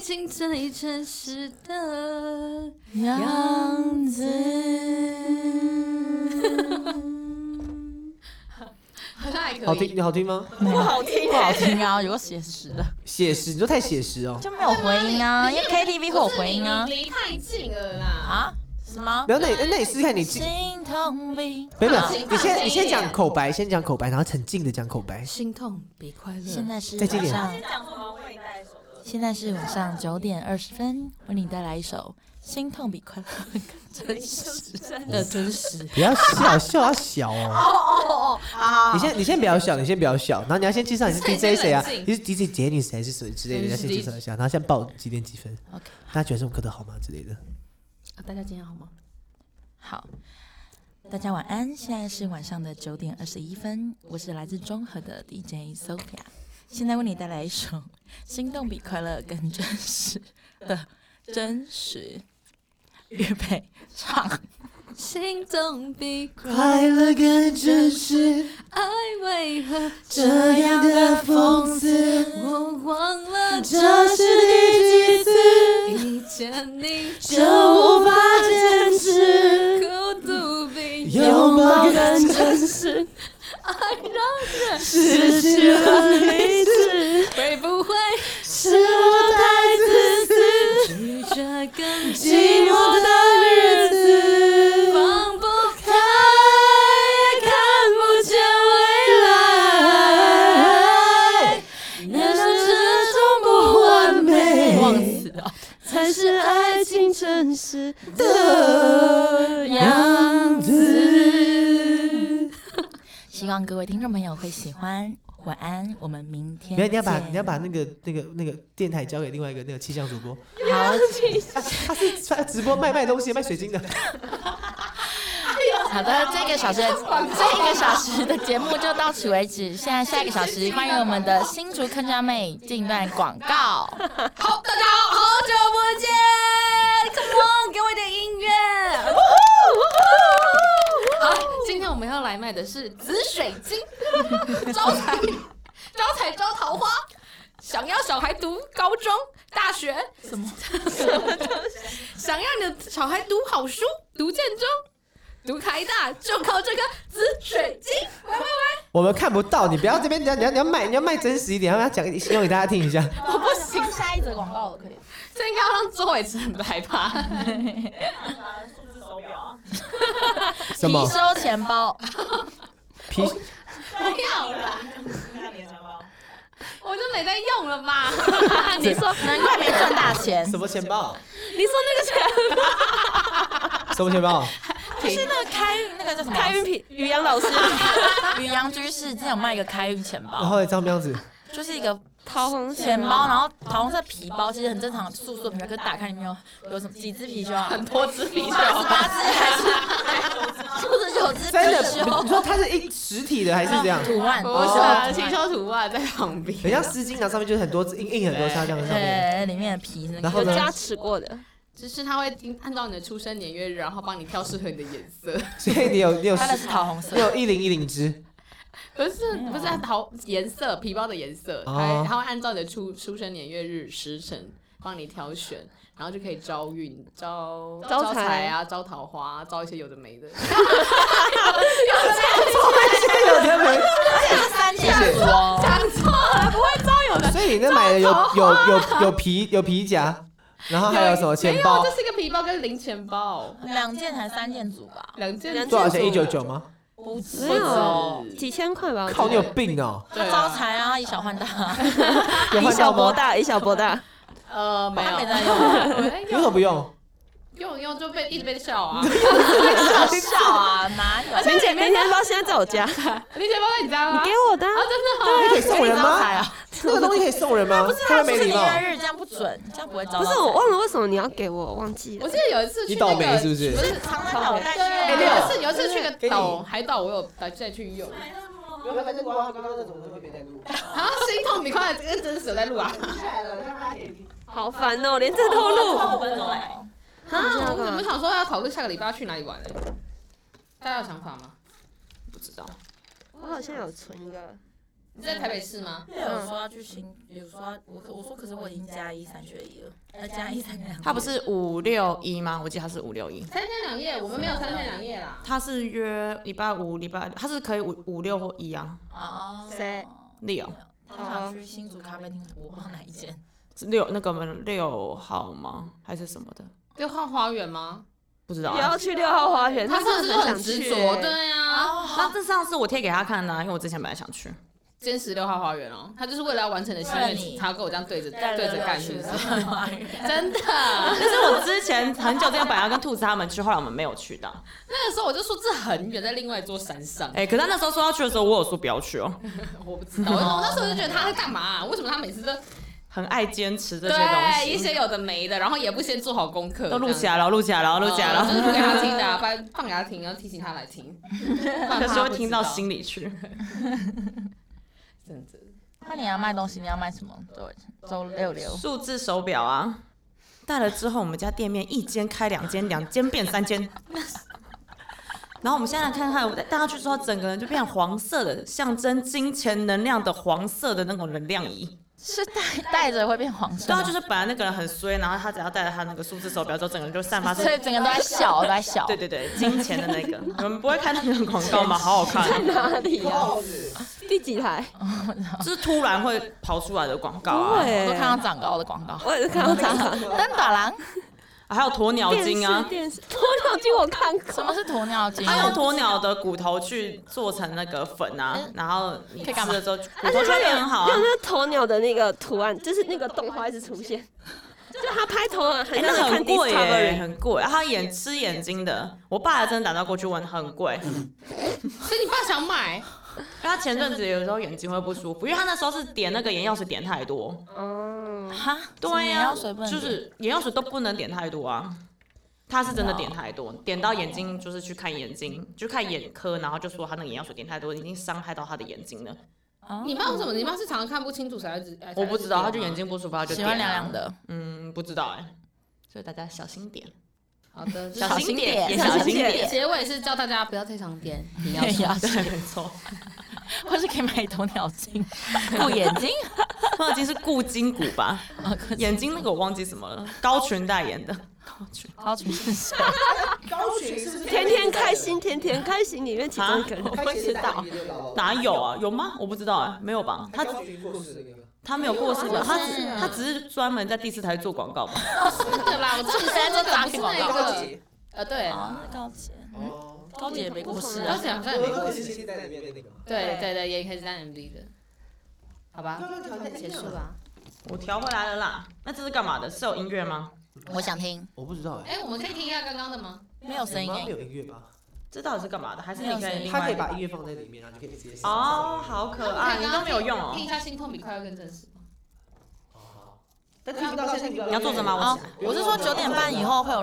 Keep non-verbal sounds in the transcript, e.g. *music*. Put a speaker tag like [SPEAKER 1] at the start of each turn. [SPEAKER 1] 心最真实的
[SPEAKER 2] 样子。
[SPEAKER 1] 好像还可以。
[SPEAKER 3] 好听，你好听吗？
[SPEAKER 2] 没有
[SPEAKER 4] 好听
[SPEAKER 2] 不好听啊，有个写实的
[SPEAKER 3] 写实，你说太写实哦。
[SPEAKER 2] 就没有回音啊，因为 KTV 会有回音啊
[SPEAKER 1] 你离太近了啦。
[SPEAKER 2] 啊，是吗？
[SPEAKER 3] 然后那你那你试试看，你进，
[SPEAKER 2] 心痛比
[SPEAKER 3] 没有，没
[SPEAKER 2] 啊
[SPEAKER 3] 有你先你先讲口白，先讲口白，然后沉静的讲口白。
[SPEAKER 1] 心痛比快乐。
[SPEAKER 2] 现在是
[SPEAKER 3] 再近
[SPEAKER 2] 晚
[SPEAKER 3] 点
[SPEAKER 2] 上，
[SPEAKER 4] 讲什么？我为你带一首歌。
[SPEAKER 2] 现在是晚上九点二十分，为你带来一首《心痛比快乐更真实》。
[SPEAKER 1] 的
[SPEAKER 2] *laughs*
[SPEAKER 1] 真实，
[SPEAKER 3] 不要笑，笑要小哦。
[SPEAKER 4] 啊
[SPEAKER 3] 你，先你先不要笑，你先不要笑，然后你要先介绍你是
[SPEAKER 1] 你先
[SPEAKER 3] DJ 谁啊
[SPEAKER 1] 冷？静
[SPEAKER 3] 你是 DJ 杰尼斯还是什么之类的？
[SPEAKER 1] 嗯
[SPEAKER 3] 要先介绍一下，然后先报几点几分。
[SPEAKER 2] OK，
[SPEAKER 3] 大家觉得这首歌的好吗之类的？
[SPEAKER 1] 大家今天好吗？
[SPEAKER 2] 好，大家晚安。现在是晚上的九点二十一分，我是来自中和的 DJ Sophia，现在为你带来一首《心动比快乐更真实的真实》。预备，唱。
[SPEAKER 1] 心痛比快
[SPEAKER 3] 快乐跟真实，
[SPEAKER 1] 爱为何
[SPEAKER 3] 这样的讽刺，
[SPEAKER 1] 我忘了
[SPEAKER 3] 这是第几次
[SPEAKER 1] 一见你
[SPEAKER 3] 就无法坚持？
[SPEAKER 1] 孤独比
[SPEAKER 3] 拥抱跟
[SPEAKER 1] 真实，爱让人
[SPEAKER 3] 失去了理智，
[SPEAKER 1] 会不会
[SPEAKER 3] 是我太自私，
[SPEAKER 1] 拒绝更
[SPEAKER 3] 寂
[SPEAKER 1] 寂
[SPEAKER 3] 寞
[SPEAKER 1] 寞
[SPEAKER 3] 的
[SPEAKER 1] 的
[SPEAKER 3] 日子，
[SPEAKER 1] 放不开
[SPEAKER 3] 看也看不见未来，
[SPEAKER 1] 那是这种
[SPEAKER 3] 不完
[SPEAKER 2] 忘
[SPEAKER 3] 美
[SPEAKER 2] 词哦，
[SPEAKER 3] 才是爱情真实的样子。
[SPEAKER 2] 希望各位听众朋友会喜欢。晚安，我们明天
[SPEAKER 3] 没有，
[SPEAKER 2] 见。
[SPEAKER 3] 你要把你要把那个那个那个电台交给另外一个那个气象主播，
[SPEAKER 2] 好，
[SPEAKER 3] 他是他直播卖卖东西卖水晶的。
[SPEAKER 2] 好的，这个小时的这个小时的节目就到此为止。现在下一个小
[SPEAKER 3] *laughs*
[SPEAKER 2] 时，欢迎我们的新竹客家妹进段广告。
[SPEAKER 1] 好，大家好，好久不见，Come on，给我一点音乐。好，今天我们要来卖的是紫水晶，招财，招财招桃花。想要小孩读高中、大学，什么什么东西？想让你的小孩读好书、读建中、读台大，就靠这个紫水晶。喂喂喂，
[SPEAKER 3] *laughs* 我们看不到，你不要这边，你要你要你要卖，你要卖真实一点，要不要讲形容给大家听一下？
[SPEAKER 1] 我不行，
[SPEAKER 2] 下一则广告可以。
[SPEAKER 1] 这应该要让周伟成来吧？
[SPEAKER 4] 数字手表啊，
[SPEAKER 3] 什么
[SPEAKER 2] 提收钱包，
[SPEAKER 3] *laughs* 皮
[SPEAKER 1] 不要啦。
[SPEAKER 4] 看你的钱包。
[SPEAKER 1] 我就没在用了 *laughs* 吧？
[SPEAKER 2] 你说难怪没赚大钱，
[SPEAKER 3] 什么钱包？
[SPEAKER 1] 你说那个
[SPEAKER 3] 什么钱包？
[SPEAKER 2] 就是那个开运那个叫什么
[SPEAKER 4] 开运品，于洋老师，
[SPEAKER 2] *laughs* 宇阳居士之前有卖一个开运钱
[SPEAKER 3] 然
[SPEAKER 2] 包，
[SPEAKER 3] 后张彪子，
[SPEAKER 2] 就是一个
[SPEAKER 4] 桃红
[SPEAKER 2] 钱包，然后桃红色皮包，其实很正常，素素的皮包，可是打开里面有有什么几只貔貅
[SPEAKER 3] *laughs*
[SPEAKER 2] 啊？
[SPEAKER 1] 很多支笔
[SPEAKER 2] 八十八只还是九十九只
[SPEAKER 3] 真
[SPEAKER 2] 貔
[SPEAKER 3] 的，
[SPEAKER 2] 貅
[SPEAKER 3] 你？说它是一实体的还是这样？
[SPEAKER 2] 图案，
[SPEAKER 1] 不
[SPEAKER 2] 哦
[SPEAKER 1] 是啊，
[SPEAKER 2] 图
[SPEAKER 1] 清
[SPEAKER 2] 案
[SPEAKER 1] 修图案在旁边。
[SPEAKER 3] 很像丝巾，然啊后上面就是很多字印印很多沙这样在上面。
[SPEAKER 2] 对，里面的皮是那
[SPEAKER 3] 然
[SPEAKER 2] 个
[SPEAKER 3] 后
[SPEAKER 4] 有
[SPEAKER 3] 呢
[SPEAKER 4] 加持过的，
[SPEAKER 1] 就是他会按照你的出生年月日，然后帮你挑适合你的颜色。
[SPEAKER 3] 所以你有你有
[SPEAKER 2] 它的是桃红色
[SPEAKER 3] 你。有一零一零只，
[SPEAKER 1] *laughs* 不是不是桃颜色，皮包的颜色，他
[SPEAKER 3] 哦
[SPEAKER 1] 会他会按照你的出出生年月日时辰帮你挑选，然后就可以招运、招
[SPEAKER 4] 招财
[SPEAKER 1] 财啊、招桃花啊、招一些有的没的。
[SPEAKER 3] 有天没。
[SPEAKER 2] 三件组哦，
[SPEAKER 1] *laughs* 讲错了，不会招有的。
[SPEAKER 3] 所以你那买的有有有有皮有皮夹，然后还有什么钱包
[SPEAKER 1] 没有，？就是一个皮包跟零钱包，
[SPEAKER 2] 两件还是三件组吧？
[SPEAKER 1] 两件
[SPEAKER 4] 两件
[SPEAKER 3] 多少钱？
[SPEAKER 4] 建
[SPEAKER 3] 一
[SPEAKER 4] 筑
[SPEAKER 3] 九九吗？
[SPEAKER 2] 不止
[SPEAKER 4] 没有
[SPEAKER 2] 哦
[SPEAKER 4] 几千块吧？我
[SPEAKER 3] 靠，你
[SPEAKER 4] 觉
[SPEAKER 3] 有
[SPEAKER 4] 得
[SPEAKER 3] 病哦！
[SPEAKER 2] 他
[SPEAKER 1] 对
[SPEAKER 2] 招
[SPEAKER 1] 啊，
[SPEAKER 2] 财啊，以小换大，
[SPEAKER 3] 有
[SPEAKER 4] 以
[SPEAKER 3] 换
[SPEAKER 4] 小
[SPEAKER 3] 到
[SPEAKER 4] 博
[SPEAKER 3] 吗？
[SPEAKER 4] 大，以小博大，
[SPEAKER 1] 呃，没有，
[SPEAKER 2] 他没在
[SPEAKER 1] 我在
[SPEAKER 3] 你为什么不用？
[SPEAKER 1] 用用就被一直被笑 *laughs* 啊！
[SPEAKER 2] 笑啊，哪有？
[SPEAKER 4] 零钱零钱包现在在我家，你
[SPEAKER 1] 你钱包在你家吗？
[SPEAKER 4] 给我的啊，
[SPEAKER 1] 啊，真
[SPEAKER 3] 那
[SPEAKER 1] 的、哦？
[SPEAKER 3] 可以送人
[SPEAKER 2] 招财
[SPEAKER 3] 吗？
[SPEAKER 2] 啊？
[SPEAKER 3] 那个东西可以送人吗？太没礼貌。
[SPEAKER 2] 月日这样不准，这样不会招。
[SPEAKER 4] 不是我，忘了为什么你要给我，我忘记了
[SPEAKER 1] 我。记得有一次去、
[SPEAKER 3] 你
[SPEAKER 1] 那个，
[SPEAKER 3] 倒霉是不是
[SPEAKER 2] 不是藏在脑袋
[SPEAKER 1] 对，
[SPEAKER 2] 去。
[SPEAKER 1] 有一次有一次去
[SPEAKER 3] 给
[SPEAKER 1] 个
[SPEAKER 3] 你
[SPEAKER 1] 岛海岛，我有再再去用。
[SPEAKER 3] 不要反正光刚刚那种都没在录。
[SPEAKER 1] 啊，心痛，你快，这个真是有在录啊！
[SPEAKER 4] 好烦哦，连这都录。
[SPEAKER 1] 啊，我们我想说要讨论下个礼拜要去哪里玩呢、大家有想法吗？不知道，
[SPEAKER 4] 我好像有存一个
[SPEAKER 1] 你在台北市吗？
[SPEAKER 2] 因为有说要去新，有说要我可我说可是我已经加一三学一了，要加一三个两个。
[SPEAKER 5] 他
[SPEAKER 1] 嗯
[SPEAKER 5] 不是五六一吗？我记得他是五六一，
[SPEAKER 1] 三天两夜，我们没有三天两夜啦。
[SPEAKER 5] 他是约礼拜五、礼拜，他是可以五五六或一啊，
[SPEAKER 2] 哦，
[SPEAKER 4] 谁
[SPEAKER 5] 六
[SPEAKER 2] 他想去新竹咖啡厅，我不知道哪一间。
[SPEAKER 5] 是六那个吗六号吗？还是什么的？
[SPEAKER 1] 六号花园吗？
[SPEAKER 5] 不知道、
[SPEAKER 4] 不
[SPEAKER 5] 啊。
[SPEAKER 4] 要去六号花园，
[SPEAKER 1] 他
[SPEAKER 4] 他
[SPEAKER 1] 真
[SPEAKER 4] 真
[SPEAKER 1] 的
[SPEAKER 4] 的
[SPEAKER 1] 是
[SPEAKER 4] 很
[SPEAKER 1] 很
[SPEAKER 4] 想
[SPEAKER 1] 执
[SPEAKER 4] 去
[SPEAKER 1] 着，
[SPEAKER 4] 欸，
[SPEAKER 1] 对啊，
[SPEAKER 5] 那这上次我贴给他看的、啊，因为我之前本来想去，
[SPEAKER 1] 坚持六号花园哦，他就是为了要完成你的心
[SPEAKER 2] 为了
[SPEAKER 1] 愿，
[SPEAKER 2] 你
[SPEAKER 1] 他跟我这样对着对着干，是不是？
[SPEAKER 2] 花园。
[SPEAKER 1] 真的，
[SPEAKER 5] 但是我之前很久之前本来要跟兔子他们去，后来我们没有去到。
[SPEAKER 1] 那个时候我就说这很远，在另外一座山上，
[SPEAKER 5] 哎、可是他那时候说要去的时候，我有说不要去哦，
[SPEAKER 1] 我不知道，我我
[SPEAKER 5] 哦
[SPEAKER 1] 那时候就觉得他在干嘛啊、为什么他每次都
[SPEAKER 5] 很爱坚持这些东
[SPEAKER 1] 对一
[SPEAKER 5] 西。
[SPEAKER 1] 些有的没的，然后也不先做好功课，
[SPEAKER 5] 都录起来了，录起来了，
[SPEAKER 1] 这样，
[SPEAKER 5] 录起来
[SPEAKER 1] 嗯
[SPEAKER 5] *laughs*
[SPEAKER 1] 就是
[SPEAKER 5] 了，
[SPEAKER 1] 录给他听的、啊，放放给他听，然后提醒他来
[SPEAKER 5] *laughs*
[SPEAKER 1] 听，
[SPEAKER 5] 可
[SPEAKER 1] 可
[SPEAKER 5] 是会听到，心里去。
[SPEAKER 1] 真的。
[SPEAKER 2] 那你要卖东西，你要卖什么？周周六六。
[SPEAKER 5] 数字手表啊，戴了之后，我们家店面一间开两间，两间变三 *laughs* 间。然后我们现在来看看，我戴上去之后，整个人就变黄色的，象征金钱能量的黄色的那种能量仪。
[SPEAKER 2] 是戴戴着会变黄色
[SPEAKER 5] 对
[SPEAKER 2] 吗，
[SPEAKER 5] 啊，就是本来那个人很衰，然后他只要戴了他那个数字手表之后，整个人就散发出
[SPEAKER 2] 所以整个都在笑，都在笑。
[SPEAKER 5] 对对对金钱的那个。 *laughs* 你们不会看那个广告吗？好好看，
[SPEAKER 4] 哪里呀？第几台？
[SPEAKER 5] *laughs* 就是突然会跑出来的广告
[SPEAKER 4] 不
[SPEAKER 5] 啊，
[SPEAKER 4] 会
[SPEAKER 2] 我都看到长高的广告，
[SPEAKER 4] 我也是看到这个
[SPEAKER 2] 灯短郎，
[SPEAKER 5] 啊还有鸵鸟
[SPEAKER 4] 电
[SPEAKER 5] 精啊
[SPEAKER 4] 视，电视，鸵鸟精我看
[SPEAKER 2] 什
[SPEAKER 4] 过
[SPEAKER 2] 么，是鸵鸟精？
[SPEAKER 5] 他用鸵鸟的骨头去做成那个粉啊
[SPEAKER 2] 嗯，
[SPEAKER 5] 然后你
[SPEAKER 2] 可以
[SPEAKER 5] 吃
[SPEAKER 2] 干嘛
[SPEAKER 5] 了之后骨头就会变很好啊
[SPEAKER 4] 有。那个鸵鸟的那个图案，就是那个动画一直出现，就他拍头很
[SPEAKER 5] 哎，
[SPEAKER 4] 很像
[SPEAKER 5] 那
[SPEAKER 4] 在
[SPEAKER 5] 很
[SPEAKER 4] 看
[SPEAKER 5] 贵
[SPEAKER 4] Discovery
[SPEAKER 5] 耶，。很贵。啊他眼吃眼睛的，我爸还真的打到过去问，很贵。
[SPEAKER 1] 所以你爸想买，
[SPEAKER 5] 因为他前阵子有时候眼睛会不舒服，因为他那时候是点那个眼药水点太多。
[SPEAKER 4] 哦，
[SPEAKER 2] 哈，
[SPEAKER 5] 对
[SPEAKER 2] 眼
[SPEAKER 5] 呀、
[SPEAKER 2] 药水不能
[SPEAKER 5] 就
[SPEAKER 2] 点
[SPEAKER 5] 是眼药水都不能点太多啊。他是真的点太
[SPEAKER 2] 哦
[SPEAKER 5] 多，点到眼睛就是去看眼睛，就看眼科，然后就说他那个眼药水点太多，已经伤害到他的眼睛了。
[SPEAKER 2] 哦
[SPEAKER 1] 你妈为什么？你妈是常常看不清楚才会直，才会
[SPEAKER 5] 我不啊知道，他就眼
[SPEAKER 1] 直接
[SPEAKER 5] 睛不舒服，他就
[SPEAKER 2] 喜欢
[SPEAKER 5] 点
[SPEAKER 2] 凉
[SPEAKER 5] 啊
[SPEAKER 2] 凉。的，
[SPEAKER 5] 嗯，不知道哎、所以大家小心点，
[SPEAKER 1] 好的，
[SPEAKER 5] 小心点，也
[SPEAKER 2] 小
[SPEAKER 5] 小
[SPEAKER 2] 心
[SPEAKER 5] 心
[SPEAKER 2] 点
[SPEAKER 5] 点，
[SPEAKER 1] 结尾是叫大家不要太常点，你
[SPEAKER 5] *laughs*
[SPEAKER 1] 要
[SPEAKER 2] *laughs* 对呀，
[SPEAKER 5] 对，没 *laughs* 错。
[SPEAKER 2] *laughs* 或是可以买鸵鸟 *laughs* 精护眼 *laughs* 睛。
[SPEAKER 5] 那已经是固筋骨
[SPEAKER 2] *laughs*
[SPEAKER 5] 吧？
[SPEAKER 2] 啊可是
[SPEAKER 5] 眼睛那个我忘记什么了，高群代言的高群
[SPEAKER 2] 高群是谁？ *laughs*
[SPEAKER 6] 高群是不是
[SPEAKER 4] 天天开？心，天天开心里面其中一个人，
[SPEAKER 5] 啊
[SPEAKER 6] 我
[SPEAKER 4] 不知道。
[SPEAKER 6] 道
[SPEAKER 5] 哪有？啊？有吗？我不知道哎、没有吧？他
[SPEAKER 6] 他高群过世的那个吗
[SPEAKER 5] 他没有过世吧？
[SPEAKER 4] 有啊
[SPEAKER 5] 他只
[SPEAKER 2] 有啊
[SPEAKER 5] 他只是专门在第四台做广告吧？
[SPEAKER 1] 真的啦，我之前在做打不是那
[SPEAKER 6] 高
[SPEAKER 1] 个，
[SPEAKER 6] 级。
[SPEAKER 1] 呃，对，
[SPEAKER 2] 哦，那高姐，
[SPEAKER 6] 哦，
[SPEAKER 2] 高姐也没过世
[SPEAKER 1] 高
[SPEAKER 2] 啊。
[SPEAKER 1] 姐好像也没
[SPEAKER 6] 我
[SPEAKER 1] 过
[SPEAKER 6] 我
[SPEAKER 1] 世
[SPEAKER 6] 其，实在里面的那个吗？
[SPEAKER 1] 对对对，也可以是当 MV 的，好吧，结束吧。
[SPEAKER 5] 我调回来了啦。那这是干嘛的？是有音乐吗？
[SPEAKER 2] 我想听，
[SPEAKER 3] 我不知道哎，
[SPEAKER 1] 哎，我们可以听一下刚刚的吗？
[SPEAKER 2] 没有声音
[SPEAKER 6] 没
[SPEAKER 2] 哎。
[SPEAKER 6] 有音乐吧？
[SPEAKER 5] 这到底是干嘛的？还是
[SPEAKER 2] 没有
[SPEAKER 5] 你可以
[SPEAKER 2] 声音
[SPEAKER 5] 另
[SPEAKER 6] 他可
[SPEAKER 5] 外
[SPEAKER 6] 以把音乐放在里面，然后就可以直接上
[SPEAKER 5] 哦，好可爱，
[SPEAKER 1] 我们可以
[SPEAKER 5] 你
[SPEAKER 1] 刚
[SPEAKER 5] 都
[SPEAKER 1] 刚
[SPEAKER 5] 没有用哦
[SPEAKER 1] 听。一下心痛比快乐更真实吗。
[SPEAKER 6] 哦好但听不到现在听不到。
[SPEAKER 5] 你要坐着吗？
[SPEAKER 2] 哦
[SPEAKER 5] 我起来，
[SPEAKER 2] 我是说九点半以后会有